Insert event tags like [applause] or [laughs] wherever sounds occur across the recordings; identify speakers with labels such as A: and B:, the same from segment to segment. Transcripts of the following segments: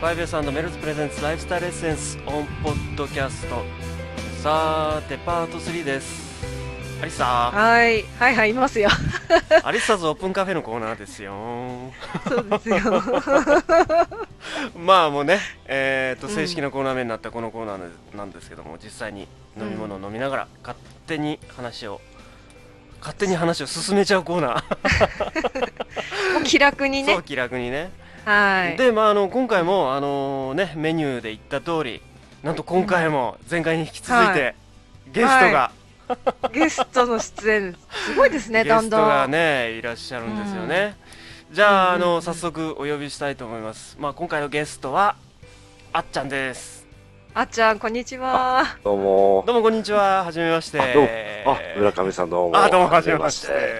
A: 5S& メルツプレゼンツライフスタイルエッセンスオンポッドキャストさーてパート3ですアリサ
B: はい、はいはい、いま
A: [laughs]
B: すよ。
A: ーアリサズオープンカフェのコーナーですよ
B: そうですよ。
A: [laughs] まあもうねえー、と
B: うん
A: 正式なコーナー目になったこのコーナーなんですけども実際に飲み物を飲みながら勝手に話を勝手に話を進めちゃうコーナー、
B: もう気楽に
A: そ
B: ね
A: う。気楽にね
B: はい。
A: で、まあ、あの今回も、あのね、メニューで言った通りなんと今回も前回に引き続いて、
B: は
A: ゲストが、
B: ゲストの出演、すごいですね、
A: ゲ
B: だ
A: ス
B: ん
A: ト
B: だ
A: が
B: ん。
A: ねいらっしゃるんですよね、じゃあ、あ
B: うんうん
A: の
B: うん
A: 早速お呼びしたいと思います、まあ、今回のゲストはあっちゃんです
B: あっちゃん、こんにちは。
C: どうも
A: どうもこんにちははじめまして
C: あどうもあ、村上さんどうも。
A: あどうもはじめまし
C: はじめまして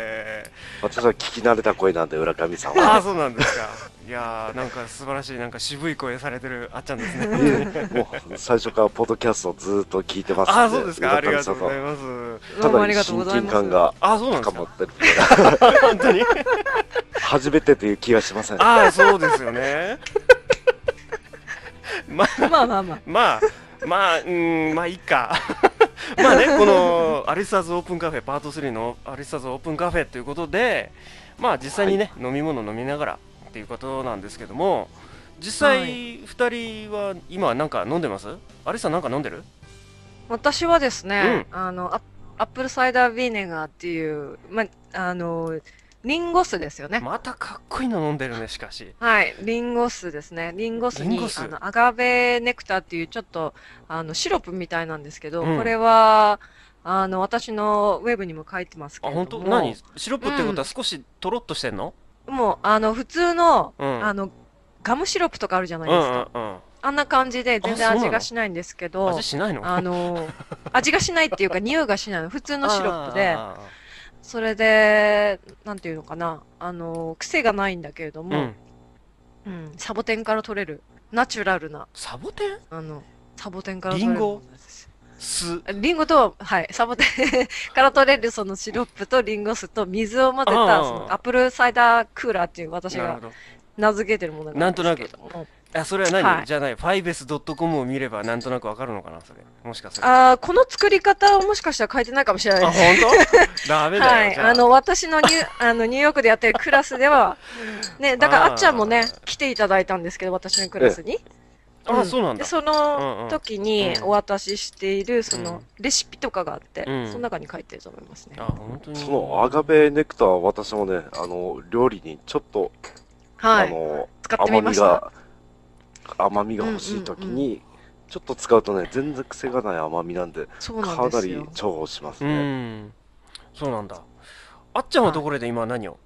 A: て
C: 私は聞き慣れた声なんで、村上さん
A: あ
C: は。
A: あそうなんですか [laughs] いやーなんか素晴らしいなんか渋い声されてるあっちゃんですね
C: いえもう最初からポッドキャストをずっと聞いてますん
A: [laughs]
C: で。
A: ああそうですかあり
C: 村
A: がと
C: 上さ
A: うんござい
C: の
A: ます
B: どうもあ
C: かな
B: り
C: り
B: がとうご
C: 親
B: ざい
C: 近
B: ます。
C: 感が
A: あそうなんで
C: 高
A: す
C: まっ
A: か
C: てるのが
A: 本当に
C: 初めてという気がしません。
A: ああそうですよ
C: [laughs]
A: ね [laughs] まあ
B: まあまあまあ。
A: まあまあうーんまあいいか [laughs] まあねこのアリサーズオープンカフェパート3のアリサーズオープンカフェということでまあ実際にね、飲み物飲みながらっていうことなんですけども実
B: は
A: 際二人は今なんか飲んでますアリサなんか飲んでる
B: 私はですね、あの、アアップルサイダービーネガーっていう、ま、あの、リンゴ酢ですよね。
A: またかっこいいの飲んでるねしかし
B: はい、リンゴ酢ですね。リンゴ酢
A: リ
B: に
A: ンゴ酢
B: あのアガベネクターっていうちょっとあのシロップみたいなんですけど、
A: うん
B: これはあの私のウェブにも書いてますけ
A: あ
B: れども、
A: 本当何シロップってことは少しとろっとしてんの
B: もうあの普通の、
A: うん
B: あのガムシロップとかあるじゃな
A: う
B: い
A: んう
B: で
A: ん
B: す
A: う
B: か。
A: ん
B: あんな感じで全然
A: あそうなの
B: 味がしないんですけど
A: 味、しないの [laughs]
B: あの味がしないっていうか匂いがしないの普通のシロップで、
A: あ
B: それでなんていうのかな、あの癖がないんだけれど
A: ーう
B: も
A: ん、
B: うんサボテンから取れるナチュラルな。
A: サボテン
B: あの、サボテンから
A: リ
B: 取
A: ン
B: れ
A: ゴ
B: るものです。
A: 酢
B: リンゴと、はい、サボテンから取れるそのシロップとリンゴ酢と水を混ぜ
A: ああ
B: た、そのアップルサイダークーラーっていう私
A: なるほ
B: が
A: ど
B: 名付けてるものなんですけれども。
A: あそれは何、
B: はい
A: じゃないファイベス .com を見ればなんとなくわかるのかなそれもしかすると
B: ああ、この作り方をもしかしたら変えてないかもしれない
A: あ
B: で
A: 本
B: す。[laughs]
A: 当ダメだよ、
B: はい。
A: じゃあ
B: あの、私のニュ
A: [laughs]
B: ー、あの、ニューヨークでやってるクラスでは、ね、だから
A: ああ
B: あっちゃんもね、来ていただいたんですけど、私のクラスに。
A: あ
B: ん
A: そうなんだ
B: で、そ
A: うんうん
B: の時に
A: うん
B: お渡ししている、そうの
A: ん、
B: レシピとかがあって、
A: うん
B: その中に書いてると思いますね
A: あ。本当に
C: そのアガベネクターは私もね、あの、料理にちょっと、
B: は
C: あ
B: い。
C: の、
B: 使って
C: 甘
B: みま
C: み
B: した。
C: が、甘みが欲しいとき
B: うんうん
C: に、ちょっと使うとね、全然癖がない甘みなんで、
B: そうな
C: か
B: んで
C: な
B: す
C: り
B: よ
C: 重。宝します
A: う
C: ね。
A: んそうなんだあっちゃんはどこで今何を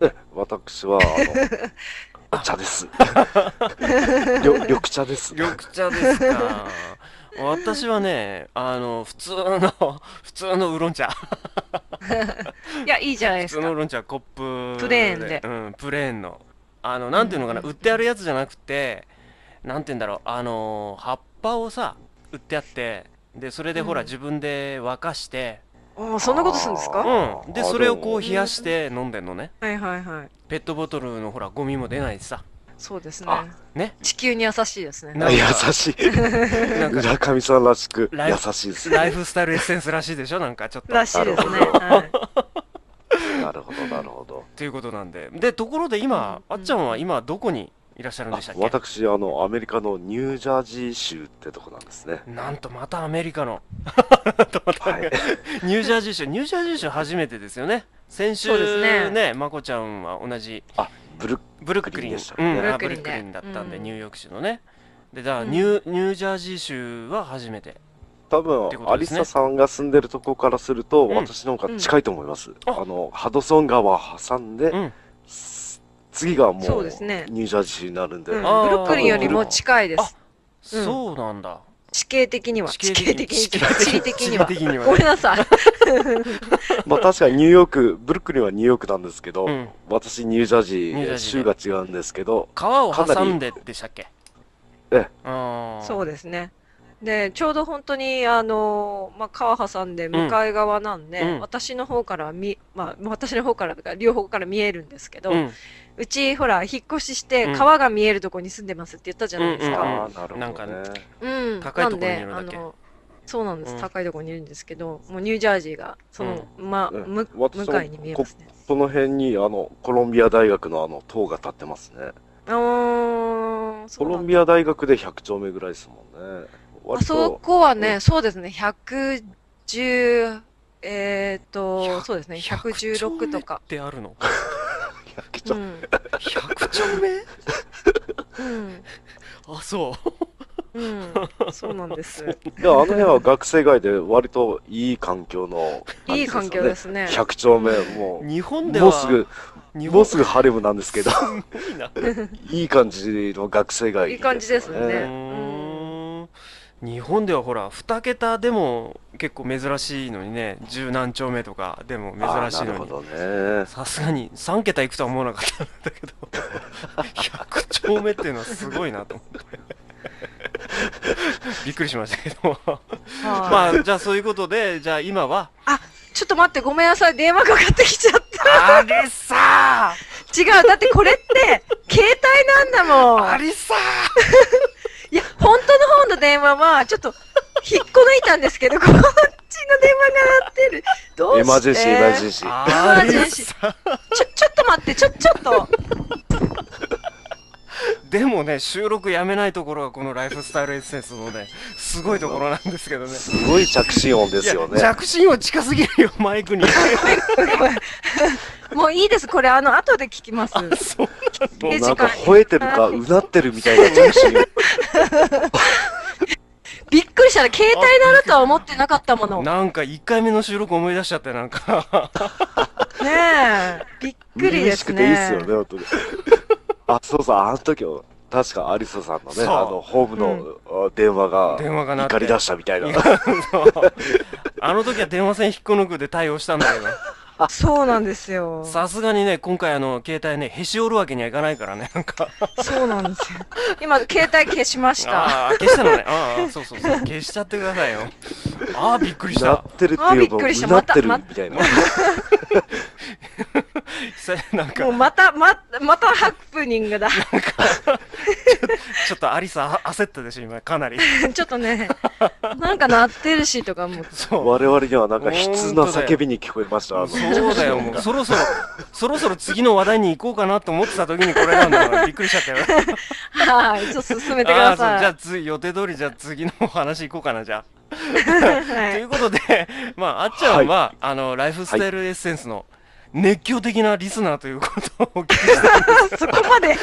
C: え私は、あ
B: [laughs]
C: の、お茶です。りょ緑茶です。
A: 緑茶ですか [laughs] 私はねあの普通の普通のウーロン茶
B: いや、いいじゃないで
A: 普
B: す
A: 通のウー
B: か。
A: ロン茶はコップ
B: プレーンで
A: うん、プレーンのあのなんていうのかな、
B: うんうん
A: 売ってあるやつじゃなくてなんていうんだろうあのー葉っぱをさ売ってあってでそれでほら、
B: うん
A: 自分で沸かして、
B: おーそんなことするんですか
C: あー
A: うん、でそれをこう
C: で
A: 冷やして飲んでんのね
B: はいはいはい。
A: ペットボトルのほらゴミも出ないし
C: [laughs]
A: さ
B: そうですね。
C: あ
A: ね
B: 地球に優しいですね。
A: な
C: 優しい。
A: なんか
C: 村上さんらしく
A: ライ
C: 優しいです
A: ライ
C: ね。
A: フスタイルエッセンスらしいでしょなんかちょっと
B: らしいですね。
C: なるほど
B: はい
C: なるほど、なるほど。
A: ということなんででところで今、
B: うん
A: あっちゃんは今どこにいらっしゃるん
C: あ
A: でしたっけ
C: 私、あの、アメリカのニュージャージー州ってとこなんですね。
A: なんとまたアメリカの [laughs]
C: はい。
A: ニュージャージー州、ニュージャージー州初めてですよね。先週
B: そうです
A: ね
B: ね
A: まこちゃんは同じ
C: ブルッ
A: ブルックリン、
C: ブルックリンでした
A: うん
C: ブル
A: あブ
B: ッ
A: ル
B: クリ
A: ッ
B: ン
A: ク
B: で
A: リンだったんで、
B: うん
A: ニューヨーク州のね。で、だから
B: うん
A: ニュー、ニュージャージー州は初めて。
C: 多
A: ってこ
C: 分、
A: と
C: ア
A: で
C: リ
A: すね
C: サさんが住んでるとこからすると、
A: うん
C: 私の方が近いと思います。
A: あ
C: あの、ハドソン川挟んで、
A: うん
C: す次がもう、
B: そうですね
C: ニュージャージー州になるんで、
B: うんブル
A: あー
B: ックリンよりも近いで
A: あ
B: す。うん
A: そうなんだ。
B: 地形的には。地形的に。
A: 地
B: 地
A: 形的に
B: 理的には
A: 地理。的には
B: ごめ
A: ね
B: んなさい。
C: まあ確かにニューヨーク、ブルックリンはニューヨークなんですけど、
A: うん
C: 私ニュージャージ
A: ニュー
C: ー
A: ジャー
C: で
A: ジ
C: 州
A: ーで
C: が違うんですけど、
A: 川を
C: かなり
A: 挟んででしたっけ
C: ええ
A: あー
B: そうですね。で、ちょうど本当に、あのーまあ、川挟んで向かい側なんで、
A: うん
B: 私の方から見、まあ、私の方からとか、両方から見えるんですけど、
A: うん
B: うち、ほら、引っ越しして
A: うん
B: 川が見えるとこに住んでますって言ったじゃないです
A: うんうんうん
B: か。
C: ああ、なるほど、ね。
A: なんかね
B: うん。
A: 高いところにいる
B: なん
A: だ
B: で
A: け
B: あのそうなんです、
A: うん
B: 高いところにいるんですけど、もうニュージャージーが、その、ま、
C: うん
B: む
C: 私も
B: 向かいに見えますね。
C: この辺に、あの、コロンビア大学のあの、塔が立ってますね。
B: あー、そ
C: コ
B: う
C: ロ
B: な
C: ン
B: ん
C: ビア大学で100丁目ぐらいですもんね。
B: あ
C: 割
B: そ
C: と、
B: こは
C: う
B: ね、そうですね、110、えーっと、そうですね、116とか
A: っ。てあるの
C: 100
B: う
C: 丁
B: ん。
A: 100丁目
B: うん。
A: あそう
C: [laughs]
B: うん。そうなんです。
C: 目。であの辺は学生街で割といい環境の
B: [laughs]
C: 感
B: いい
C: じですよね、
B: 環境ですね。
C: 100丁目、も
A: 日本
C: う、
A: で
C: も
A: は
C: うすぐ、
A: 日本
C: もう
A: [laughs]
C: すぐハレムなんですけど、
A: いいない
C: い感じの学生街、
B: いい感じですね
A: う
B: ね
A: ーん日本ではほら2桁でも結構珍しいのにね十何丁目とかでも珍
C: ああ
A: しい
C: なる
A: の
C: ほ
A: に
C: どね。
A: さすがに3桁いくとは思わなかったんだけど100丁目っていうのはすごいなと思ってびっくりしましたけど
B: はい
A: まあじゃあそういうことでじゃあ今は
B: ちょっと待って、ごめんなさい、電話かかってきちゃっ
A: アリサ
B: [laughs] た。違う、だってこれって、携帯なんだも
A: ーア
B: ん。
A: リサ
B: いや、本当の方の電話は、ちょっと、引っこ抜いたんですけど、こっ [laughs] ちの電話が鳴ってる。どうして
C: エマージェンシー、エマージェンシー。
A: ー
B: アリサちょ、ちょっと待って、ちょ、ちょっと。
A: でもね収録やめないところがこのライフスタイルエッセンスのねすごいところなんですけどね
C: すごい着信音ですよね
A: い。や着信音近すぎるよ [laughs] マイ
C: [laughs]
A: クに
B: もういいです、これ、あの、後で聞きます。
A: そう
C: もう
B: え
C: なん
B: 時
C: か
B: 間
C: 吠えてるか、うなってるみたいな着信音。
B: びっくりしたら、携帯鳴るとは思ってなかったもの。ね
A: なんか1回目の収録思い出しちゃってなんか [laughs]
B: え。びっくりで
C: 嬉し
B: す
C: くていいっす
B: ね
C: よ。ね、本当に。あ、そうそう、あの時も、確かアリサさんのね、
A: そう
C: あの、ホームのあ電話が、
A: 電話が鳴って
C: 怒り出したみたいな。
A: そうあの時は電話線引っこ抜くで対応したんだけど
B: そうなんですよ。
A: さすがにね今回あの携帯ねへし折るわけにはいかないからねなんか
B: そうなんですよ。今、携帯消しました。
A: ああ消したのねああそうそうそう消しちゃってくださいよああびっくりし
C: な
A: た
C: ってるって
B: あびっ
C: いうのも、
B: くりした
C: うなってる
B: ま
C: み
B: た
C: たいな。
A: さなんか
B: もうまた、ま、またハプニングだ。 [laughs]
A: ちょっとアリサあ焦ったでしょ今かなり
B: ちょっとね、なんか鳴ってるしとかもう。
A: そう
C: 我々にはなんか悲痛な
A: 本当だよ
C: 叫びに聞こえました。あの
A: そうだよ、もう。そろそろ、そろそろ次の話題に行こうかなと思ってた時にこれなんだから、びっくりしちゃったよ。
B: はい、ちょっと進めてく
A: あーそ
B: だ
A: うじゃ
B: さ
A: あ
B: い。
A: つ、予定通りじゃあ次のお話行こうかな、じゃあ。
B: は
A: とい
B: い、
A: うことで、 [laughs] まあ、あっちゃんは、あの、ライフスタイルエッセンスの熱狂的なリスナーということをお聞きして、
B: そこまで、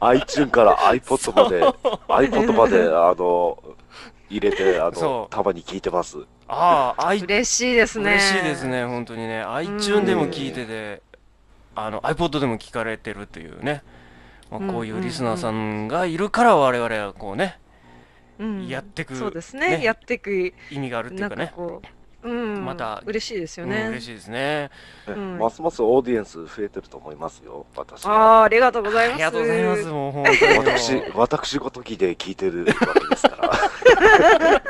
C: iTune から iPod まで、iPod まで、あの、入れて、あ
A: そ
C: の、
A: う
C: たまに聞いてます。
A: あ
B: [laughs]
A: あ、アイ、
B: 嬉しいですね。
A: 嬉しいです。ね、本当にね。iTune でも聞いてて、あの、iPod でも聞かれてるというね。まあ、こういうリスナーさんがいるから我々はこうね、
B: うん、
A: やってく
B: そうですね。
A: ね
B: やってく、
A: 意味があるってい
B: な
A: うんか
B: か
A: ね。
B: こう、うん、
A: また
B: 嬉しいですよ
A: うん、
B: ね
A: 嬉。しいですね。
C: ね
B: うん
C: ますますオーディエンス増えてると思いますよ、私
B: あ
C: は。
B: あ、ありがとうございます。
A: ありがとうございます。もう本当にもう
C: 私、私ごときで聞いてるわけですから。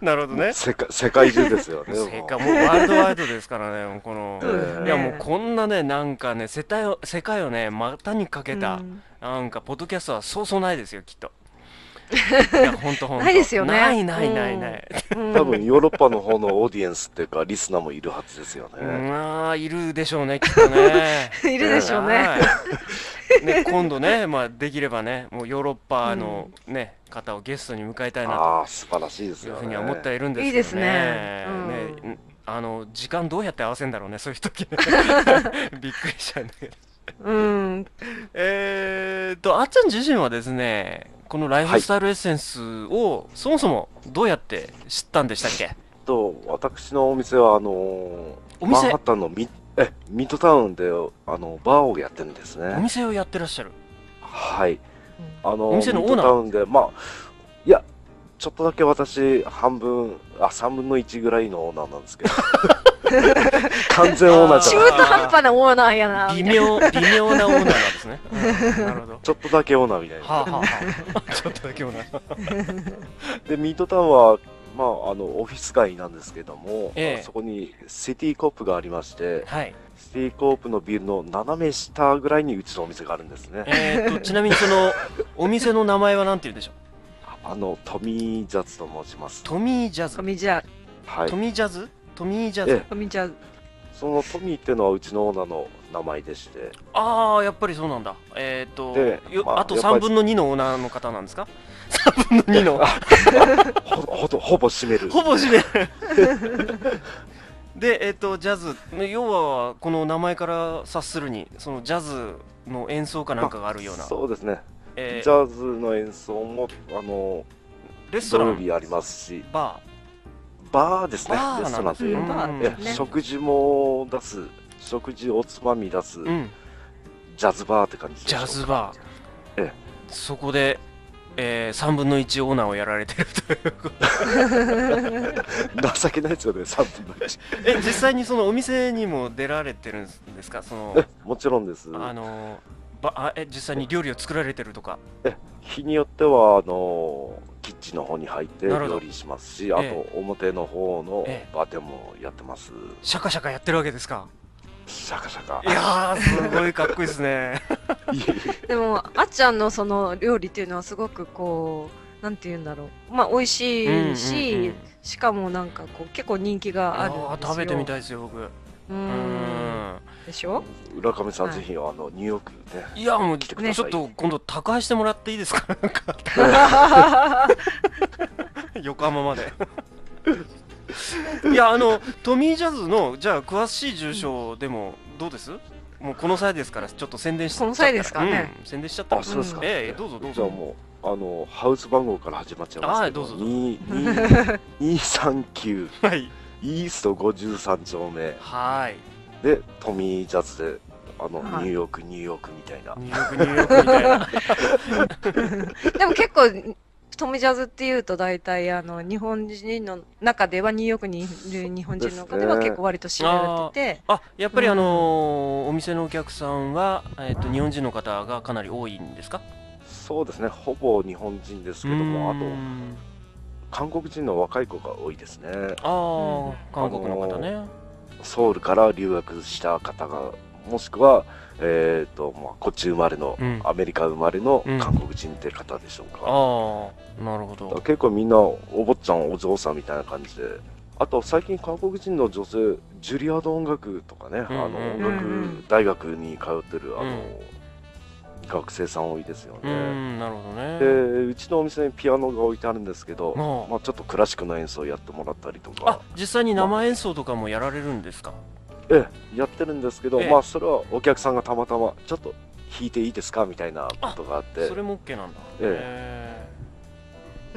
A: なるほど
C: [laughs]
A: ね。
C: 世界世界中ですよね。もう
A: 正解もうワールドワイドですからね、もうこの。
B: そうですね。
A: いやもうこんなね、なんかね、世界を世界をね、股にかけた、
B: うん
A: なんか、ポッドキャストはそうそうないですよ、きっ
B: [laughs]
A: と。いや、ほんとほんと。
B: ないですよね
A: ないないないない。
B: うん
C: 多分ヨーロッパの方のオーディエンスっていうか、リスナーもいるはずですよ
A: う
C: ね。
A: ん、いるでしょうね、きっとね。
B: [laughs] いるでしょうね。
A: はい。ね、今度
B: [laughs]
A: ね、まあ、できればね、もうヨーロッパのね、方をゲストに迎えたいなと
C: ああ、素晴らしいです
A: いう
C: よ
A: ふう
C: ね。
A: には思ってはいるんですけどね。
B: いいですねうん
A: ねんあの時間どうやって合わせんだろうね、そういう時ね
B: [laughs]
A: びっくりしちゃうんだけど。
B: うん。
A: えーっと、あっちゃん自身はですね、このライフスタイルエッセンスを、そもそもどうやって知ったんでしたっけ
C: と、私のお店は、あのー
A: お
C: マン
A: 店
C: ハッ、タンのミえミッドタウンで、あの、バーをやってるんです
A: お
C: ね。
A: 店をやってらっしゃる。
C: はい。あの
A: お店のオーナー
C: ミッドタウンで、まあ、いや、ちょっとだけ私、半分、あ、3分の1ぐらいのオーナーなんです
A: [laughs]
C: けど。完全オーナーじ
B: 中
C: ゃない
B: 途半端なオーナーやな。み
A: 微
B: たいな
A: 妙、微妙なオーナーなんですね。うんなるほど。は
C: ちょっとだけオーナーみたいな。
A: あ、はあはあ、ちょっとだけオーナー。
C: で、ミートタウンは、まあ、あのオフィス街なんですけども、
A: ええ
C: そこにシティコープがありまして、
A: はい。
C: シティコープのビルの斜め下ぐらいにうちのお店があるんですね。
A: えー、と、ちなみにその、お店の名前はなんて言うんでしょう
C: あの、トミージャズと申します。
A: トミージャズ
B: ト。ミージャ、
C: はい
A: ト。ミージャズトミージャ
C: え
A: ズ
C: え。
B: トミージャ、 [laughs]
C: そのトミーっていうのはうちのオーナーの名前でして、
A: ああ、やっぱりそうなんだ。えっ、
C: で
A: と、よ
C: まあ
A: あと
C: やっぱ
A: 3
C: り
A: 分の2のオーナーの方なんですか ?3 分の2の。
C: ほほとほぼ閉める。
A: ほぼ知れ
C: [laughs]
A: で、えっ、と、ジャズ。要は、この名前から察するに、そのジャズの演奏かなんかがあるような。
C: そうですね。
A: えー
C: ジャズの演奏も、あの、
A: レスト
C: ド
A: ラ
C: ル
A: ン、
C: ビーありますし、
A: バ
C: バーですね
A: バーなん、です
C: レストランとい
A: ね
C: うより
A: うん
B: バ
C: も。
B: ー
C: え
B: ですね。
C: 食事も出す、食事おつまみ出す、
A: ー、うん、
C: ジャズバーって感じでし
A: ジ
C: ょう
A: ャズバー。
C: え
A: そこで、えー、3分の1オーナーをやられてるということ
C: 情けないですよね、3分の1。
A: [laughs] え実際にそのお店にも出られてるんですかその
C: えもちろんです。
A: あのばあえ実際に料理を作られてるとか
C: 日によっては、あの、キッチンの方に入って
A: なるほど
C: 料理しますし、あ
A: ええ
C: と、表の方の
A: え
C: バーテンもやってます。
A: シャカシャカやってるわけですか
C: シャカシャカ
A: い。やーすごいかっこいいですね
C: いえい
B: でも、あっちゃんのその料理っていうのはすごくこう、なんて言うんだろう。まあ、美味しいし、
A: うんうんうん
B: しかもなんかこう、結構人気があるん
A: あ
B: で
A: ー
B: すよ。
A: 食べてみ
B: い。
A: たいですよ僕う
B: う
A: ー
B: ん。
A: ん
B: でしょ [laughs]
C: え [laughs] 浦上さん、
B: はい
C: ぜひ、あの、ニューヨークで、
A: いやもう
C: 来
A: ちょ
C: てください
A: っと今度宅配してもらっていいですかなんか横浜までいやあのトミージャズのじゃあ詳しい住所でもどうですもうこの際ですからちょっと宣伝しちゃったら
B: この際ですかね、
A: うん、宣伝しちゃったら
C: あ、そうですか。
A: ええどうぞどうぞ
C: じゃあもう、あの、ハウス番号から始まっちゃいます
A: は
C: けど、
A: いどうぞどうぞ
C: にに239
A: はい
C: イースト53丁目
A: はい
C: で、トミージャズで、あの、
B: はい
C: ニューヨーク、ニューヨークみたいな。
A: ニューヨークニューヨークみたいな
B: でも結構、トミジャズっていうと大体あの日本人の中ではニューヨークにいる日本人の中では結構割と知られてて、
A: あやっぱりあのーお店のお客さんは、えっと日本人の方がかなり多いんですか
C: そうですね、ほぼ日本人ですけども、あと、韓国人の若い子が多いですね。
A: あとあー
C: う
A: 韓
C: ん
A: 国の方ね、
C: ソウルから留学した方が、もしくは、えっ、と、まあ、こっち生まれの、
A: うん
C: アメリカ生まれの
A: うん
C: 韓国人って方でしょうか。
A: ああなるほ
C: だから
A: ど
C: 結構みんな、お坊ちゃん、お嬢さんみたいな感じで。あと、最近韓国人の女性、ジュリアード音楽とかね、あの、
A: うん
C: 音
A: うん
C: 楽大学に通ってる、あの、学生さん多いですよ
A: うー
C: ね。
A: んなるほどね
C: で、うちのお店にピアノが置いてあるんですけど、
A: あ
C: まあ、ちょっとクラシックの演奏やってもらったりと
A: あ
C: か、
A: 実際に生演奏とかもやられるんですか
C: ええ、やってるんですけど、
A: ええ
C: まあ、それはお客さんがたまたま、ちょっと弾いていいですかみたいなことがあって、
A: それも OK なんだ
C: え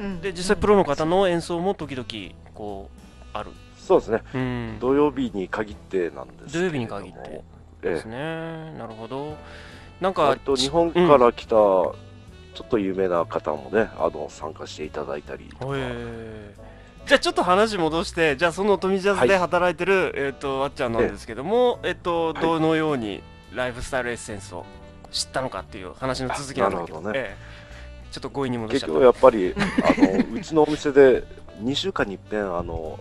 C: え
A: え
B: うん
A: ーで実際プロの方の演奏も時々こうある
C: そうですね、
A: うん
C: 土曜日に限ってなんですけ
A: 土
C: れ
A: 曜
C: ども
A: 日に限ってで
C: え
A: す
C: え、
A: ねなるほどなんか
C: 割と日本から来た、ちょっと有名な方もね、あの参加していただいたりとか、
A: へーじゃあちょっと話戻してじゃあそのトミジャズで
C: はい
A: 働いてる、えっ、とあっちゃんなんですけどもえっ、と
C: はい
A: どのようにライフスタイルエッセンスを知ったのかっていう話の続きなんだけど
C: あなるほどね
A: ええちょっと強引に戻しち
C: 結
A: ゃっ
C: 局やっぱり、あのうちのお店で2週間に一遍あの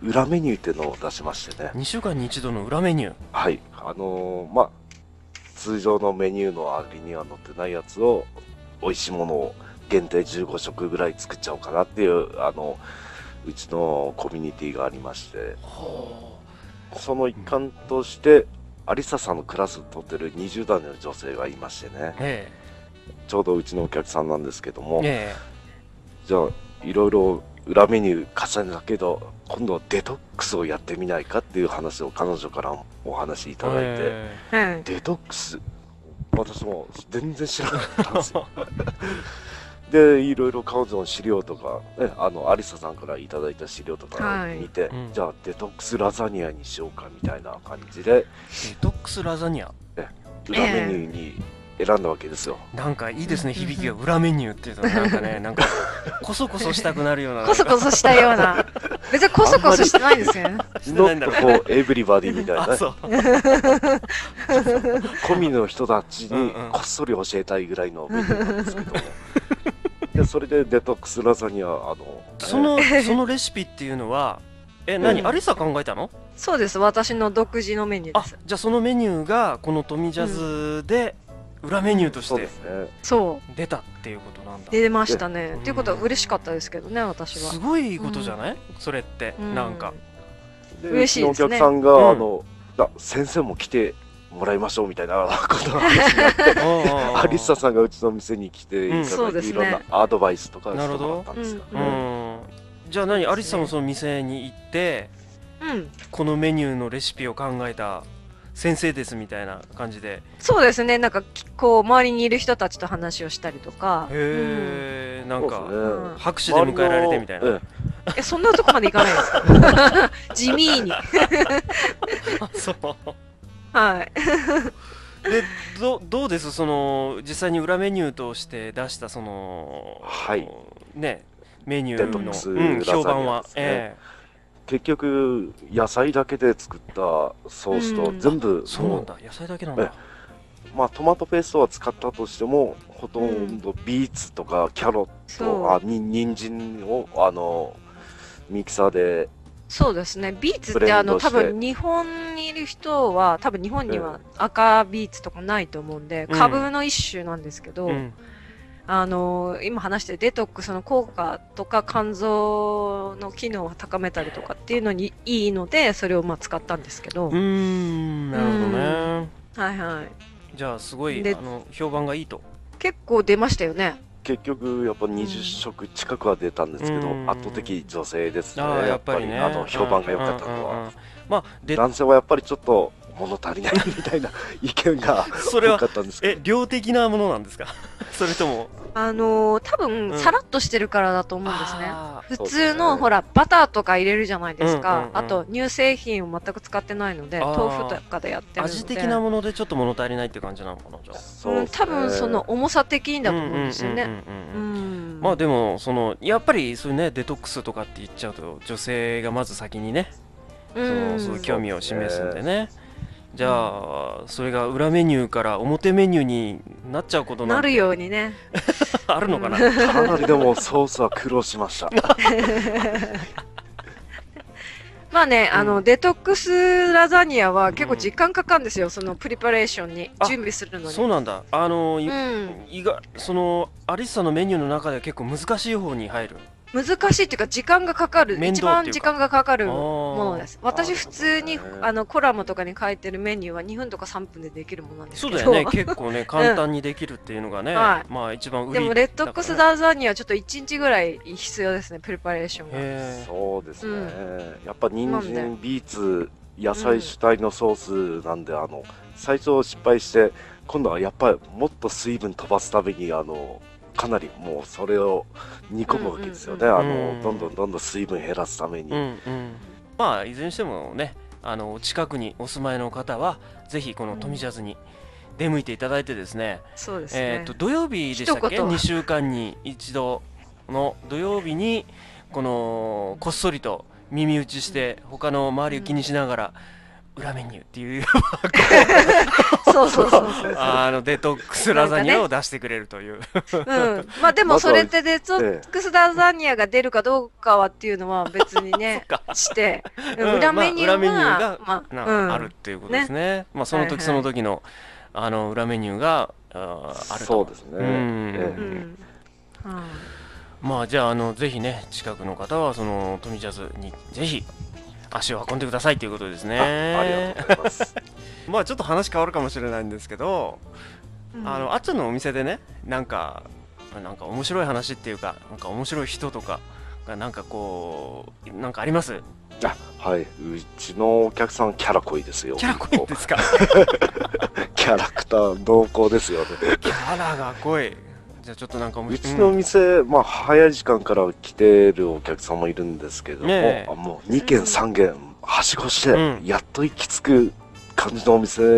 C: 裏メニューっていうのを出しましてね
A: た、2週間に一度の裏メニュー
C: はい、あのーまあ、通常のメニューのありには載ってないやつを、美味しいものを限定15食ぐらい作っちゃおうかなっていう、あの、うちのコミュニティがありまして、その一環として、アリサさんのクラスを取ってる20代の女性がいましてね、
A: え
C: ちょうどうちのお客さんなんですけども
A: え、え
C: じゃあ、いろいろ裏メニュー重ねたけど、今度はデトックスをやってみないかっていう話を彼女からお話しい
A: え
C: ただいて、
A: え
B: はい
C: デトックス私も全然知らなかった
B: [laughs]
C: んですよでいろいろ彼女の資料とか、ね、あのアリサさんからいただいた資料とか
B: はい
C: 見て、
A: うん
C: じゃあデトックスラザニアにしようかみたいな感じで
A: デトックスラザニア
C: 裏メニューに選んだわけですよ、
A: なんかいいですね響きが裏メニューっていうのはなんかねなんかこそこそしたくなるような
B: コソコソしたよ
A: [laughs]
B: うな。別にコソコソしてないですよね。
A: して
C: ノ
A: ないん
C: ッ
A: だ
C: ト
A: ろう
C: フォーエブリバディみたい
A: [laughs]
C: な
A: あ
C: ね
A: そう
C: 込みの人たち
A: うん
C: に
A: うん [laughs]
C: こっそり教えたいぐらいのメニューなんですけどもででそれでデトックスラザニアあの
A: その [laughs] そのレシピっていうのはえ何、
B: うん
A: アリサ考えたの
B: そうです。私の独自のメニュー
A: あ
B: です。
A: じゃあそのメニューがこのトミジャズで裏メニューとし
C: そう
A: て
C: ですね
B: そ
A: 出たっていうことなんだ
B: う。出ましたね
A: う。ん
B: っていうことは嬉しかったですけどね、私は
A: す。ごいことじゃない、それって、
B: う
A: なん
C: [laughs]
A: か。
C: で
B: 嬉しいですね
C: うちのお客さん
A: うん
C: が、あのあ先生も来てもらいましょうみたいな [laughs] ことが
A: [laughs]
C: ア
A: ア
C: リッサさんがうちの店に来ていただいて、
A: うん
B: そうですね
C: いろんなアドバイスとかしてもらったんですよ
B: う
A: う
C: ね。
A: んじゃあ何アリスさんもその店に行って
B: うん。
A: このメニューのレシピを考えた先生ですみたいな感じで
B: そうですね。なんか、きこう、周りにいる人たちと話をしたりとか。うん
A: へえ、なん
C: そうです
A: か
C: ね
B: うん
A: 拍手で迎えられてみたい
C: 周
A: な、
B: え、そんなとこまでいかないです。 [laughs] 地味に。
A: あ [laughs] そう
B: はい。
A: でどどうですその実際に裏メニューとして出したその
C: はい
A: ねメニュ
C: デ
A: ー
C: ト
B: ック
C: ス
A: の、うん、
C: ラザニ
A: 評
C: ア
A: 判は、
C: ですね
A: え
C: 結局野菜だけで作ったソース
B: う
C: と
B: ん
C: 全部
A: えそうなん
C: も
A: だ野菜だけなんだ
C: うまあトマトペーストは使ったとしてもほとんどビーツとかキャロット
B: そう
C: あ。に人参をあのミキサーで
B: そうですね。ビーツっ
C: ブレン
B: て、
C: ド
B: あの、多
C: して
B: 分日本にいる人は、多分日本には赤ビーツとかないと思うんで、
A: うん
B: 株の一種なんですけど、
A: うん
B: あのー今話してるデトックスの効果とか肝臓の機能を高めたりとかっていうのにいいのでそれをまあ使ったんですけど、
A: うーんなるほどね
B: はいはい
A: じゃあすごい
B: で
A: あの評判がいいと
B: 結構出ましたよね
C: 結局やっぱ20食近くは出たんですけど、
A: うん
C: 圧倒的女性ですね
A: ああ
C: や
A: や
C: っ
A: っ
C: ぱ
A: ぱ
C: り
A: りね
C: あの評判が良かったのは、
A: うんうんうんまあで
C: 男性はやっぱりちょっと物足りないみたいな意見が
A: それ
C: 多
A: は
C: かったんですけ
A: え
C: ど
A: 量的なものなんですか [laughs] それとも
B: あのー多
A: う
B: 分
A: ん
B: さらっとしてるからだと思うんですね、
A: あ
B: 普
C: そうで
B: 通
C: す
B: の、
C: ね
B: ほらバターとか入れるじゃないです
A: う
B: か、
A: んうんうん
B: あと乳製品を全く使ってないので
A: あー
B: 豆腐とかでやって
A: ー
B: るので
A: 味的なものでちょっと物足りないっていう感じなのかなじゃあ
C: そう
B: う
C: で
B: ん、
C: すね
B: 多分その重さ的にだと思うんですよね、
A: うんうんうん
B: う
A: うんうん
B: ん
A: まあでもそのやっぱりそういうねデトックスとかって言っちゃうと女性がまず先にねそのそういう興味を示すんでねじゃあそれが裏メニューから表メニューになっちゃうこと
B: な
A: なん
B: る
A: て
B: ようにね
A: あるのかな
B: う
C: かなりでもソースは苦労しました
B: まあね、
A: うん
B: あのデトックスラザニアは結構時間かかるんですよ、そのプリパレーションに
A: あ
B: 準備するのに
A: そうなんだあのい
B: うん、
A: 意外そのアリッサのメニューの中では結構難しい方に入る
B: 難しいっていうか時間がかかる
A: 面
B: 一
A: 倒っていうか
B: 番時間がかかるも
A: も
B: のです私
C: あー
B: 普通に
C: なるほどね
B: あのコラムとかに書いてるメニューは2分とか3分でできるものなんです
A: そう
B: けど
A: だよね結構ね簡単にできるっていうのがね、
B: は
A: まあ一番売り
B: [laughs] でもレッドックス
A: だか
B: ラザニアはちょっと1日ぐらい必要ですねプリパレーション
A: らね
B: が
A: へえ
C: そうですね、
B: う
C: やっぱ人
B: なん
C: 参ビーツ野菜主体のソースなんで、あの最初失敗して今度はやっぱりもっと水分飛ばすためにあのかなりもうそれを煮込むわけですよね、
B: うん
A: うんうん
C: あのどんどんどんどん水分減らすために、
A: うんうんまあいずれにしてもねあのお近くにお住まいの方はぜひこのトミジャズに出向いていただいてですね、
B: そうです
A: え
B: ね
A: っ、と土曜日でしたっ
B: 一
A: け
B: 言
A: 2週間に一度の土曜日にこのこっそりと耳打ちして他の周りを気にしながら裏メニューって
B: [laughs]
A: いう
B: そうそうそうそう
A: あのデトックスラザニアを出してくれるという、 [laughs]
B: うんまあでもそれってデトックスラザニアが出るかどうかはっていうのは別にね
A: そっか
B: して、
A: うん
B: 裏メニュ
A: ま
B: ーは、
A: あ裏メニューが
B: まあ
A: な
B: うん、
A: あるっていうことですねまあ、その
B: はいは
A: 時
B: い
A: その時の,、あの裏メニューがあーあると
C: そうですね、
A: うん
C: え
B: う
C: え
B: んはい
A: まあじゃああのぜひね近くの方はそのトミジャズにぜひ足を運んでくださいということですね
C: あありがとうございます。
A: まあちょっと話変わるかもしれないんですけど、
B: うん
A: あのあっちゃんのお店でねなんかなんか面白い話っていうかなんか面白い人とかがなんかこうなんかあります
C: あはい、うちのお客さんキャラ濃いですよ。
A: キャラ濃いんですか
C: キャラクター濃厚ですよね。
A: キャラが濃いじゃあちょっとなんかお
C: うち
A: う
C: の
A: ん
C: 店、まあ早い時間から来てるお客さんもいるんですけども、
A: ねえ
C: あもう2軒3軒はしごして、
A: うん
C: やっと行き着く感じのお店の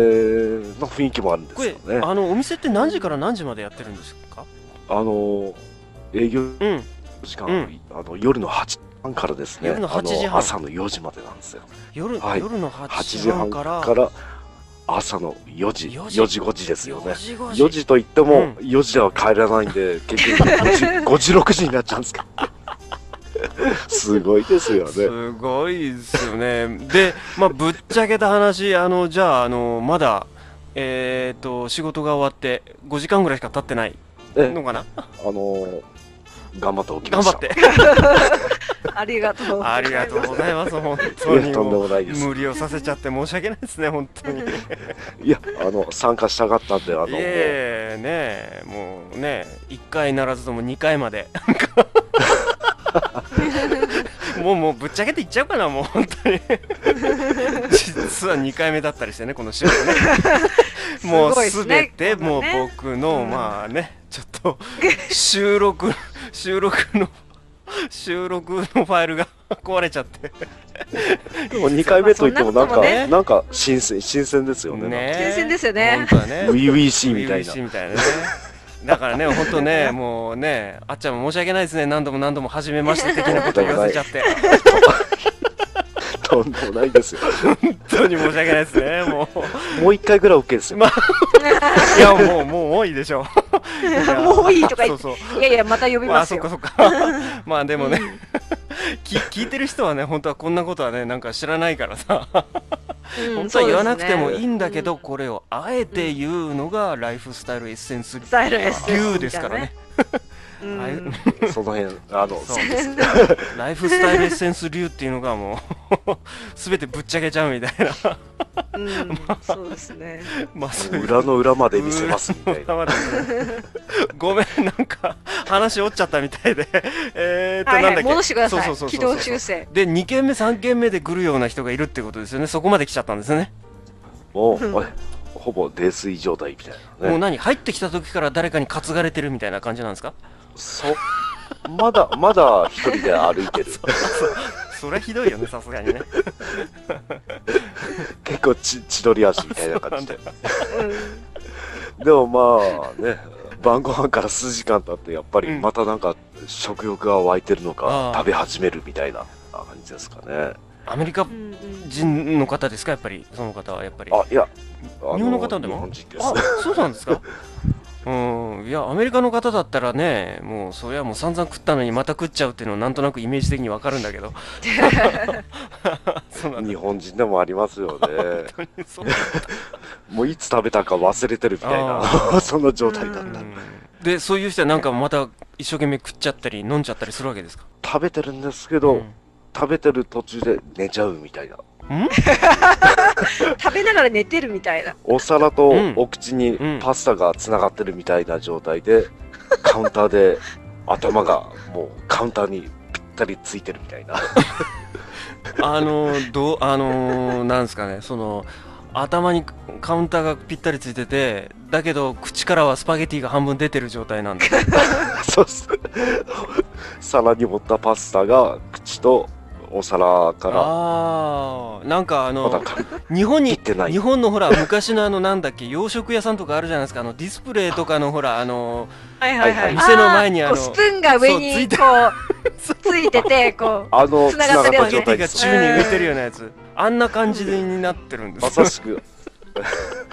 C: 雰囲気もあるんで
A: こ
C: すよ
A: れ
C: ね。あ
A: あのお店って何時から何時までやってるんですか
C: の営業
A: うん
C: 時間、
A: うん
C: あの夜の8時半からですね。
A: 夜の8時半
C: あの朝の4時までなんですよ。
A: 夜,、
C: はい
A: 夜の8
C: 8
A: 時
C: 時半
A: 半
C: か
A: からら
C: 朝の4時、
A: 4
C: 4
A: 時
C: 時5時ですよね。
A: 時5
C: 4時と言って
A: う
C: も
A: ん
C: 4時では帰らないんで、結局5時、5時、6時になっちゃうんですか。すごいですよね。
A: すごいですよね。で、まあ、ぶっちゃけた話、あの、じゃあ、あの、まだ、えっ、と、仕事が終わって、5時間ぐらいしか経ってない
C: え
A: のかな
C: あのー頑張っておきま
A: 頑張
C: した。
A: って。
B: ありがとう。
A: ありがとうございます、本当
C: い
A: に
C: やとんで
A: もう。
C: もないです。
A: 無理をさせちゃって申し訳ないですね、本当に。い
C: いや、あの、参加したかったんで、あの、
A: えねえ、もうね、1回ならずとも2回ま
C: [laughs]
A: で。もうもうぶっちゃけていっちゃうかな、もう本当に。実は2回目だったりしてね、この仕事ね。もう
B: すごいっ
A: す
B: す
A: べ
B: ね
A: て、もう
B: こんなね
A: 僕の、
B: うん
A: まあね、ちょっと収録、 [laughs] 収録の、収録のファイルが [laughs] 壊れちゃって。
C: でも2回目といってもなん
B: そんなことも
C: か、
A: ね
C: なんか新鮮、新鮮ですよね。
A: ね
B: 新鮮です
A: 本
B: よね。
A: 当はね。
C: 初々しいみたい
A: [laughs] 初々
C: な
A: し。みたいなね。だからね、本当ね、もうね、あっちゃんも申し訳ないですね、何度も何度も初めまして的なことを言わせちゃって。
C: とんでもないですよ。
A: [laughs] 本当に申し訳ないですね、もう。
C: もう1回ぐらい OK ですよ。
A: まいや、もう、もう、もういいでしょう。いや
B: [laughs] もういいとか言って
A: そう
B: いやいや、また呼
A: そ
B: び
A: う。ま
B: ま
A: あ、そ
B: す
A: っ
B: よ
A: か。そっ
B: [laughs]
A: か。まあ、でもね、き聞いてる人はね、本当はこんなことはね、なんか知らないからさ、
B: うん
A: 本当は言わなくてもいいんだけ
B: う
A: ど、
B: ん
A: これをあえて言うのが、ライフスタイルエッセンス
B: スタイルエッセンス
A: 流ですからね。
B: う
A: ああいうん
C: その辺、あの、
A: そうライフスタイルエッセンス流っていう [laughs] のがもう全てぶっちゃけちゃうみたいな [laughs]
B: うん [laughs] そうですね。
A: まあそういう
C: 裏の裏まで見せますみたいな。
A: 裏の裏まで [laughs] ごめんなんか話折っちゃったみたいでえー [laughs] っと、
B: はい
A: な
B: は
A: んだっ
B: い、
A: け
B: 戻してくださ
A: そう
B: い
A: そう。そう
B: 軌
A: そう
B: 道修正。
A: で2軒目3軒目で来るような人がいるってことですよねそこまで来ちゃったんですね
C: も
B: うん
C: う、あれほぼ泥酔状態みたいな
A: もう
C: ね。
A: 何入ってきた時から誰かに担がれてるみたいな感じなんですか
C: そ、まだ、まだ一人で歩い
A: [laughs]
C: てる。
A: それはひどいよねさすがにね
C: 結構ち千鳥足みたいな感じで。
B: う
C: でもまあね、晩ご飯から数時間経って、やっぱりまたなんか食欲が湧いてるの
A: あ
C: か、
A: あ
C: 食べ始めるみたいな感じですかね。
A: [laughs] アメリカ
B: んうんうん
A: 人の方ですかやっぱりその方はやっぱり
C: あ、いや、あ
A: 日本の方でも
C: 日本人です
A: あ。そうなんですか [laughs] うんいやアメリカの方だったらねもうそりゃもう散々食ったのにまた食っちゃうっていうのはなんとなくイメージ的にわかるんだけ [laughs] どそうなんだ
C: 日本人でもありますよね。
A: [laughs] 本当にそうなんだ
C: もういつ食べたか忘れてるみたいな、 [laughs] その状態だっ
A: う
C: た。
A: んでそういう人はなんかまた一生懸命食っちゃったり飲んじゃったりするわけですか
C: 食べてるんですけど、
A: うん
C: 食べてる途中で寝ちゃうみたいな。
A: ん
B: 食べながら寝てるみたいな。
C: お皿と
A: うん
C: お口に
A: うん
C: パスタがつながってるみたいな状
A: [laughs]
C: 態で、カウンターで頭がもうカウンターにぴったりついてるみたいな。 [laughs]
A: あのどうあのーなんですかねその頭にカウンターがぴったりついててだけど口からはスパゲティが半分出てる状態なんだ
C: そうっす。皿に盛ったパスタが口とお皿から、
A: ああなんかあの
C: まだか
A: 日本に
C: 切ってない
A: 日本のほら昔のあのなんだっけ洋食屋さんとかあるじゃないですかあのディスプレイとかのほらあの
B: はいはいは
C: はい
B: い。
A: はい店の前にあの
B: こうスプーンが上
A: そうつ
B: に
A: いて
B: こう、ついてて、こ
C: あの、つ
B: 繋
C: な
B: が
C: が
B: っ
C: って
B: るや
C: た
A: ゲ
B: つ
C: 状
A: ティ
C: 態
A: が
C: です
A: [laughs] 宙。に浮いてるようなやつあんな感じになってるんで
C: ますさしく。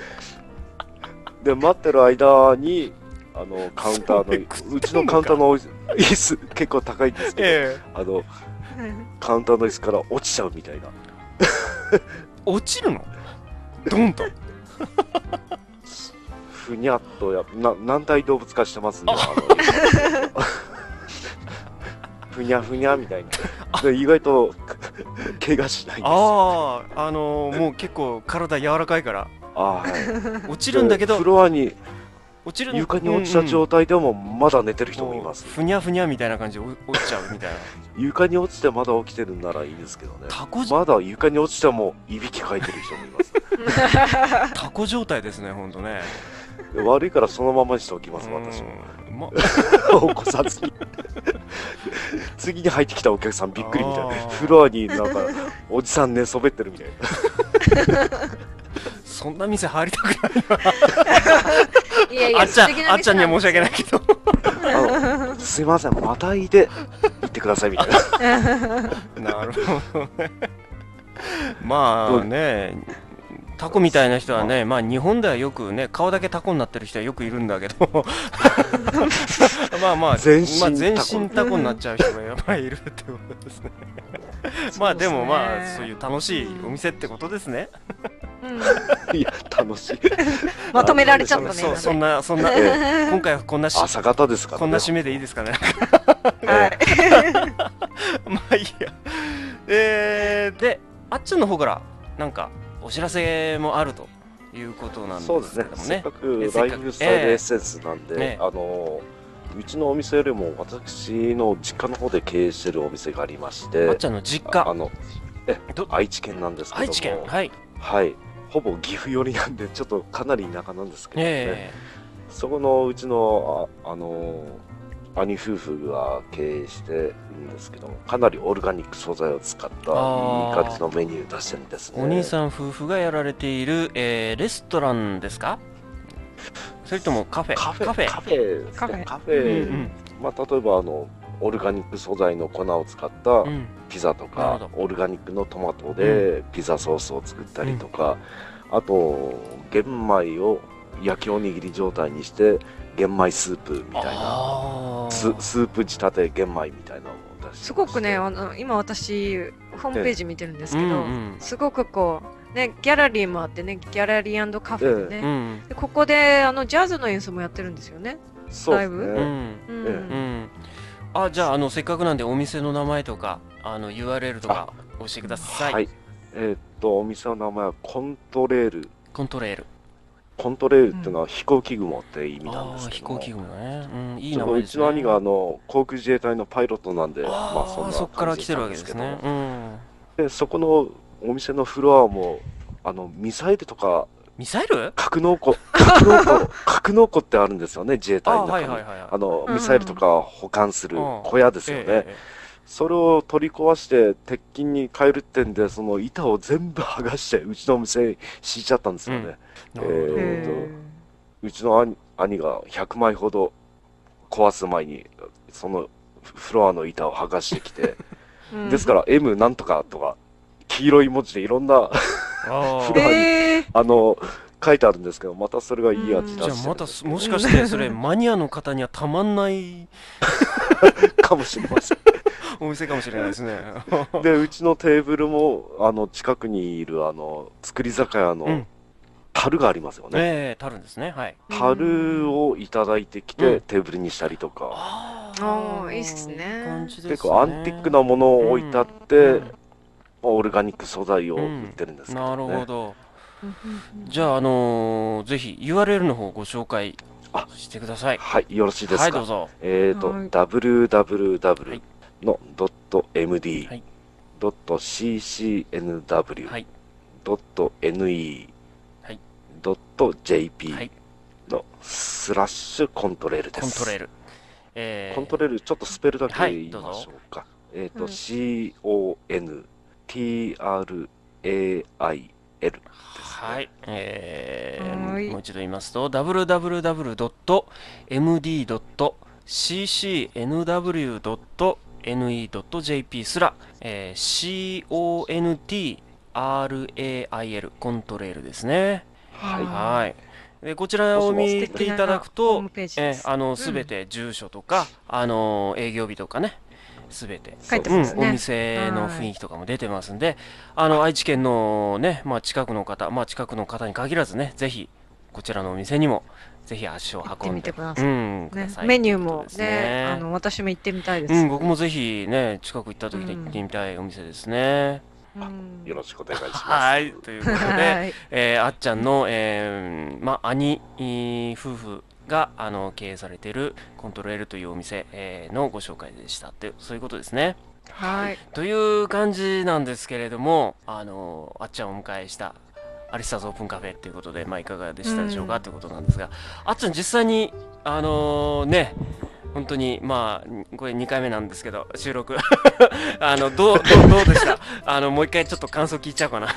C: [laughs] で、待ってる間に、あの、カウン
A: それ食
C: ター
A: ってん
C: の、
A: の
C: うちのカウンターの椅子、結構高いんですけど、
A: ええ
C: あの、
A: [laughs]
B: う。うん
C: カウンターの椅子から落ちちゃうみたいな。
A: 落ちるのドンと
C: ふにゃっとや、な、軟体動物化してますね。あの [laughs] ふにゃふにゃみたいな。で意外と、怪我しないんですよ。
A: あああのーもう結構体柔らかいから
C: あーはい
A: 落ちるんだけ
C: フ
A: ど
C: ロアに、
A: 落ちる
C: 床に落ちた状態でもまだ寝てる人もいます。
A: ふにゃふにゃみたいな感じで落落ちちゃうみた
C: [laughs]
A: いな
C: 床に落ちてまだ起きてるんならいいですけどね。
A: タコじ
C: まだ床に落ちてもいびきかいてる人
A: [laughs]
C: もいます。
A: タコ状態ですねほんとね
C: 悪いからそのままにしておきます、私も。
A: うんま
C: 起こさずに。次に入ってきたお客さんびっくりみたい
A: あ
C: な。
A: ー
C: フロアになんか、おじさん寝そべってるみたいな。
A: そんな店入りたくない
B: いやい
A: あ
B: や、
A: っちゃん
B: 素敵、な
A: あっちゃんには申し訳ない
B: 店
A: けど。
C: あの、すいません、またいで、行ってくださいみたいな。
A: [laughs] なるほどね。まあね、タコみたいな人はね、まあ日本ではよくね、顔だけタコになってる人はよくいるんだけど、 [laughs] まあまあ、
C: 全身
A: まあ、
C: タコ
A: 全身タコになっちゃう人がやっぱりいるってことですね。 [laughs] まあでもまあ、そういう楽しいお店ってことですね。
B: うん
C: いや、楽しい。
B: まとめられちゃったね。
A: そう [laughs]
B: 今
A: そん
B: ね
A: な、そんな、
C: え
B: [laughs]
C: え
A: 今回はこんなし、
C: 朝方ですからね。
A: こんな締めでいいですかね。
B: はい。
A: [laughs] まあいいや。えー、で、あっちゃんの方から、なんか、お知らせもあるということなん
C: そう
A: で
C: です
A: すけ
C: ね
A: ども
C: せ
A: ね
C: っか。
A: え
C: く
A: せ
C: ラ
A: っ
C: イ
A: かく
C: フスタイルエッセンスなんで、
A: ええ
C: あのうちのお店よりも私の実家の方で経営してるお店がありまし
A: あってちゃんの実
C: あ
A: 家、
C: の
A: ど
C: 愛知県なんですけども
A: 愛知県、はい。
C: はいほぼ岐阜寄りなんでちょっとかなり田舎なんですけどね、
A: え
C: そこのうちのああの兄夫婦が経営してるんですけどもかなりオルガニック素材を使ったいい
A: あー
C: 感じのメニュー出してるんです
A: え
C: ね
A: お兄さん夫婦がやられている、えーレストランですかそれともカフェ
C: カフェカフェカフェですね
B: カフェ
C: カ
A: う
C: フ
A: ん
C: ェまあ、例えばあのオルガニック素材の粉を使った
A: うんうん
C: ピザと
A: なる
C: か
A: ほ、
C: オルガニックのトマトでピザソースを作ったりとか、あと玄米を焼きおにぎり状態にして玄米スープみたいな
A: あー
C: ススープ仕立て玄米みたいなのを出して
B: すごくね、
C: ま
B: あの今私ホームページ見てるんです
A: う
B: け
A: ん
B: ど、すごくこうねギャラリーもあってね、ギャラリーカフェで
A: う
B: ね。
A: んうん
B: でここであのジャズの演奏もやってるんですよね。
C: してそうです
A: うん
C: ね、
B: うん。
A: う
C: え
A: んあじゃああのせっかくなんでお店の名前とかあの URL とか教えてください、
C: はいえーっとお店の名前はコントレール
A: コントレール
C: コントレールっていうのは飛行機雲って意味なん
A: ああ
C: です
A: ー
C: け
A: 飛
C: ども
A: 行機雲ね、うん、いい
C: ちょ
A: 名前
C: っとう
A: で
C: ち
A: すね
C: の兄があの航空自衛隊のパイロットなんで、まあ
A: あ
C: そん
A: ー
C: な
A: そっから来てるわ
C: 感
A: け
C: じ
A: で
C: なん
A: すね、うん、
C: でそこのお店のフロアもあのミサイルとか
A: ミサイル
C: 格
A: [laughs]
C: 納庫格納庫格納庫ってあるんですよね自衛
A: あ
C: 隊の
A: ー
C: 中
A: はい
C: に、
A: はいはいはい
C: あの
B: うん
C: ミサイルとか保管する小屋ですよね、
A: ええ
C: それを取り壊して鉄筋に変えるってんでその板を全部剥がしてうちのお店に敷いちゃったんですよね、
A: ええなるほど
C: えーと
B: へ
C: うちの兄兄が100枚ほど壊す前にそのフロアの板を剥がしてき
A: [laughs]
C: て
B: ーうん
C: ですから、M なんとかとか、黄色い文字でいろんな、
A: あ
C: [laughs]
A: ー
C: フロアに
B: えー
C: あの、書いてあるんですけど、またそれがいい味出
A: じゃ
C: し
A: あ
C: てる
A: ま
C: ん
A: た
C: です
A: もしかしてそれマニアの方にはたまんない
C: かもし
A: [laughs]
C: れません。
A: お店かもしれないですね。
C: で、うちのテーブルも、あの、近くにいる、あの、造り酒屋
A: うん
C: の、樽がありますよね。
A: ええたるんですね。はい。
C: 樽をいただいてき
A: う
C: て、
A: ん
C: テーブルにしたりとか、
A: あ
B: あーいいっすね
A: 感じですね。
C: 結構アンティックなものを置いてあって
A: うん、
C: まあオルガニック素材を売ってるんですけ
A: なる
C: ど
A: ほ
C: ね。
A: ど。
B: うん
A: じゃああのーぜひ URL の方をご紹介してください。
C: はい、よろしいで
A: は
C: す
A: いど
C: か
A: う。ぞ。
C: えーと、
B: はい
C: www
A: い
C: の .md、
A: はい
C: .ccnw、
A: はい
C: .ne、
A: はい
C: .jp
A: はい
C: のスラッシュコントレールで
A: コン
C: す。
A: トレール。ええ
C: コントレールちょっとスペルだけ
A: はい
C: 言いましょうか。え
B: う
C: っ、と、c-o-n-t-r-a-i-l
A: はい、えー
B: はい
A: もう一度言いますと www.md.ccnw.ne.jp すら、えー、CONTRAIL コントレールですね、
C: はい
A: はいでこちらを見ていただく
B: ホー
A: と
B: ムページ
A: え
B: で
A: ー
B: す。
A: あのすべて住所とか、あの営業日とかねすべて
B: 書いて
A: う
B: ま
A: ん
B: す、ね
A: お店の雰囲気とかも出てますんで、あの愛知県のね、まあ、近くの方、まあ、近くの方に限らずね、ぜひこちらのお店にもぜひ足を
B: 行って
A: 運ん
B: み
A: で
B: て、くだ
A: う
B: さい。
A: ん、くだ
B: ね
A: さい
B: メニューも
A: ということです
B: ね、あの私も行ってみたいです。
A: うん、僕もぜひね、近く行った時に行ってみたいお店ですね。
B: うん
C: よろしくお願いします。
A: はい、ということで、
B: はい。
A: えーあっちゃんの、えーまあ、兄えー夫婦があの経営されているコントロールというお店、えーのご紹介でしたって、そういうことですね。
B: はい。
A: という感じなんですけれどもあのあっちゃんをお迎えしたアリスターズオープンカフェということで、まあ、いかがでしたでしょうか、
B: うん
A: ということなんですがあっちゃん実際にあのね本当にまあこれ2回目なんですけど収録 [laughs] あのどうどうどうでしたあのもう一回ちょっと感想聞いちゃおうかな [laughs]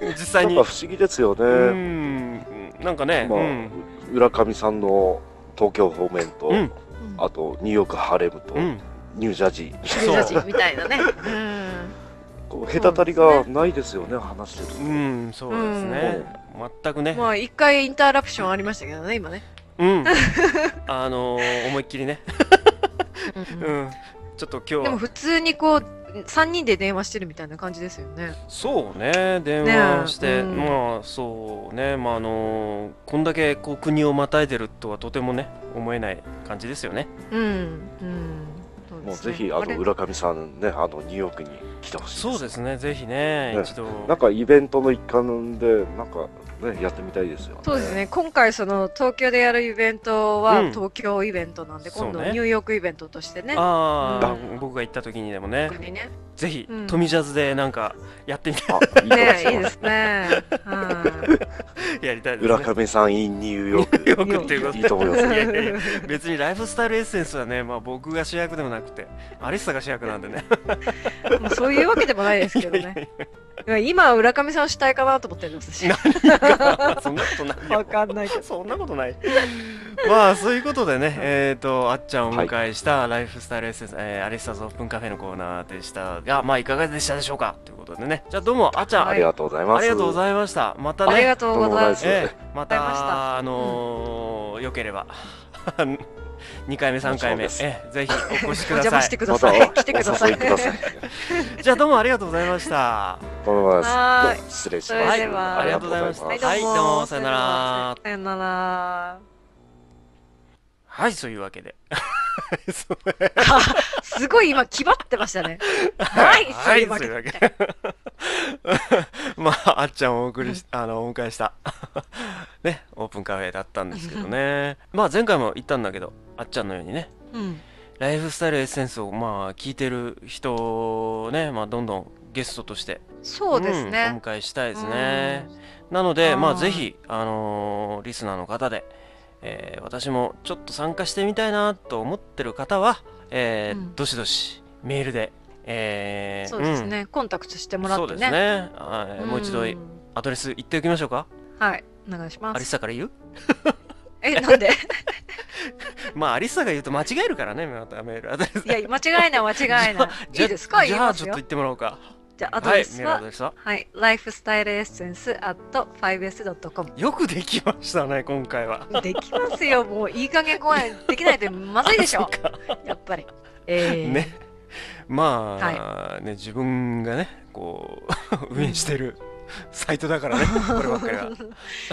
A: 実際
C: なん
A: に
C: か不思議ですよね。
A: うんなんかね、
C: まあ
A: うん
C: 浦上さんの東京方面と、
A: うん
C: あとニューヨークハーレムと、
A: うん
C: ニュージャージー
A: そう
B: みたいなね。うん。
C: こう隔たりがないですよね、話してると。
A: うん、そうですね。全くね。 [laughs]
B: まあ、一回インタラプションありましたけどね、今ね。 [laughs]
A: うん。あのー思いっきりね。うん。ちょっと今
B: で
A: 日
B: も
A: は。
B: 普通にこう、3人で電話してるみたいな感じですよね。
A: そうね。電話して、
B: ねうん
A: まあ、そうね。まあ、あのーこんだけこう国をまたいでるとはとてもね、思えない感じですよね。
B: うん。うん。そう
C: も
B: で
C: う
B: すね
C: ぜひあ
B: あれ
C: の浦上さんねあのニューヨークに来てほしい
A: そうですね。ぜひね、
C: ね
A: 一度。
C: なんかイベントの一環でなんかねやってみたいですよね。
B: そうですね、今回、その東京でやるイベントは
A: うん
B: 東京イベントなんで、今
A: そ
B: 度
A: う
B: ニ
A: ね
B: ューヨークイベントとしてね、
A: ああ、
B: うん
A: 僕が行った時にでもね
B: 特、にね。
A: ぜひ、
B: うん
A: トミジャズでなんかやってみた
C: あいいかも
B: ねい
C: し
B: い
C: れ
B: で
C: ない。
B: すね。
A: い [laughs] やりたいですね。
C: 浦上さん in ニューヨーク。
A: よくっていうこと
C: いいと思います
A: いやいやいや別にライフスタイルエッセンスはね、まあ、僕が主役でもなくてアリスサが主役なんで
B: [laughs]
A: ね
B: うんまあそういうわけでもないですけどね。いや今、浦上さんを主体かなと思ってるんです私。
A: そんなことないよ
B: わかんないけ [laughs] ど。
A: そんなことない [laughs] まあそういうことでねえっ、とあっちゃんをお迎えしたライフスタイルエッセンス、えーアリスターズオープンカフェのコーナーでしたがまあいかがでしたでしょうかということでねじゃあどうもあっちゃん、
C: あ
B: はい
C: りがとうございます。
A: ありがとうご
C: い
A: ざいましたまた
B: あり
A: ね
B: がとうございます。
A: ええま
B: ありがとうございました
A: たあのーよけれまければ2回目3回目、え
C: もちろん
A: えぜひお越し
B: [laughs] お
A: くだ
B: 邪魔し
A: さ
B: て
A: い
B: ください。来てくだ
C: お
B: さ
C: 誘
B: い。
C: いくだ
A: [laughs]
C: さい。
A: じゃあどうもありがとうございました
C: どうもです
B: はーい
C: どうも失礼し
B: そ
C: ま
B: れ
C: す
B: で。は
A: ありがとうございました。
B: はい
A: はい、ど
B: どう
A: う
B: も
A: も、さよなら。
B: さよなら。
A: はい、そういうわ
B: [laughs]
A: けで。そう
B: すごい今、気張ってましたね。はい、そ
A: は
B: うい
A: い、
B: うわ
A: そう
B: け
A: いう
B: で。
A: わけで。 [laughs] まあ、あっちゃんをお送りし、あの、お迎えした。 [laughs] ね、オープンカフェだったんですけど
B: [laughs]
A: ね。まあ、前回も言ったんだけど、あっちゃんのようにね、
B: うん。
A: ライフスタイルエッセンスを、まあ、聞いてる人をね、まあ、どんどんゲストとして、
B: そうです
A: んお
B: ね。
A: 迎えしたいです
B: う
A: ね
B: ん。
A: なので、まあ、
B: はい
A: ぜひ、あのーリスナーの方で、えー私もちょっと参加してみたいなと思ってる方は、えー
B: うん
A: どしどしメールで、えー
B: そうですね、コンタクトして
A: うん
B: もら
A: そ
B: っ
A: う
B: て
A: です
B: ね。
A: ね、はいもう一度
B: ん
A: アドレス言っておきましょうか、
B: はい、お願いしま
A: アリッ
B: す。
A: サから言う
B: え、なんで
A: まあアリッサが言うと間違えるからねまたメールアドレス
B: いや、間違いな
A: [laughs]
B: い、間違いない。いいですか
A: じ
B: 言い
A: ゃあ
B: ま
A: ち
B: す
A: ょっと
B: よ
A: 言。ってもらおうか
B: じゃあ、アドレ
A: はい
B: ス
A: メールア
B: は
A: ド、レスは
B: はい、lifestyleessence.5s.com。
A: よくできましたね今回は
B: できますよ、もういい加減ごめん。できないとまずいでし
A: [laughs]
B: ょ
A: あ。そっか
B: やっぱり。えー、
A: ね。まあ、ね自分がねこう [laughs] 運営してるサイトだ
B: [laughs]
A: からねこればっかりは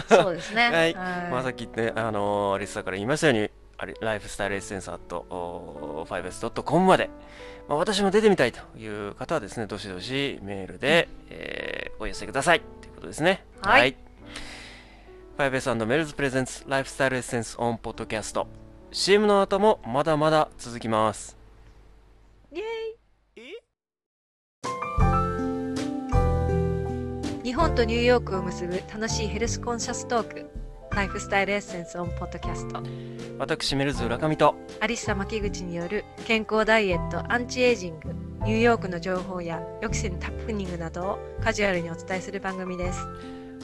B: [laughs] そうですね。
A: はい
B: はい
A: まあさっきねあのーアリスさんから言いましたようにあれライフスタイルエッセンスアット 5s.com まで、まあ、私も出てみたいという方はですねどしどしメールで、えーお寄せくださいということですね
B: はい
A: 5s& メルズプレゼンツライフスタイルエッセンスオンポッドキャスト CM の後もまだまだ続きます
B: イエーイ日本とニューヨークを結ぶ楽しいヘルスコンシャストーク。ライフスタイルエッセンスオンポッドキャスト。
A: 私メルズ浦上と
B: アリッサ牧口による健康ダイエット、アンチエイジング、ニューヨークの情報や予期せぬタップニングなどをカジュアルにお伝えする番組です。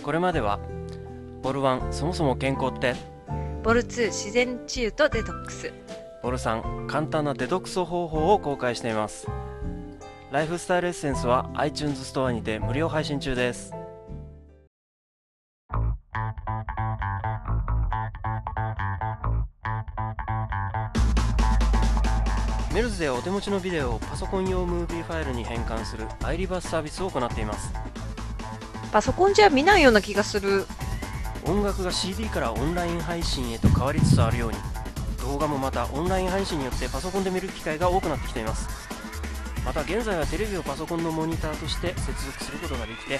A: これまではボル1そもそも健康って
B: ボル2自然治癒とデトックス。
A: ボル3簡単なデトックス方法を公開していますライフスタイルエッセンスは iTunes ストアにて無料配信中ですメルズではお手持ちのビデオをパソコン用ムービーファイルに変換するアイリバースサービスを行っています
B: パソコンじゃ見ないような気がする。
A: 音楽が CD からオンライン配信へと変わりつつあるように動画もまたオンライン配信によってパソコンで見る機会が多くなってきていますまた現在はテレビをパソコンのモニターとして接続することができて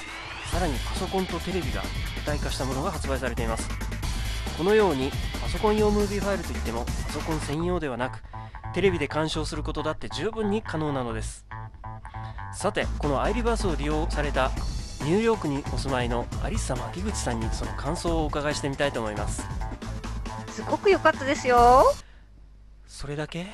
A: さらにパソコンとテレビが一体化したものが発売されていますこのようにパソコン用ムービーファイルといってもパソコン専用ではなくテレビで鑑賞することだって十分に可能なのですさてこのアイリバースを利用されたニューヨークにお住まいの有様木口さんにその感想をお伺いしてみたいと思います
B: すごく良かったですよ。
A: それだけ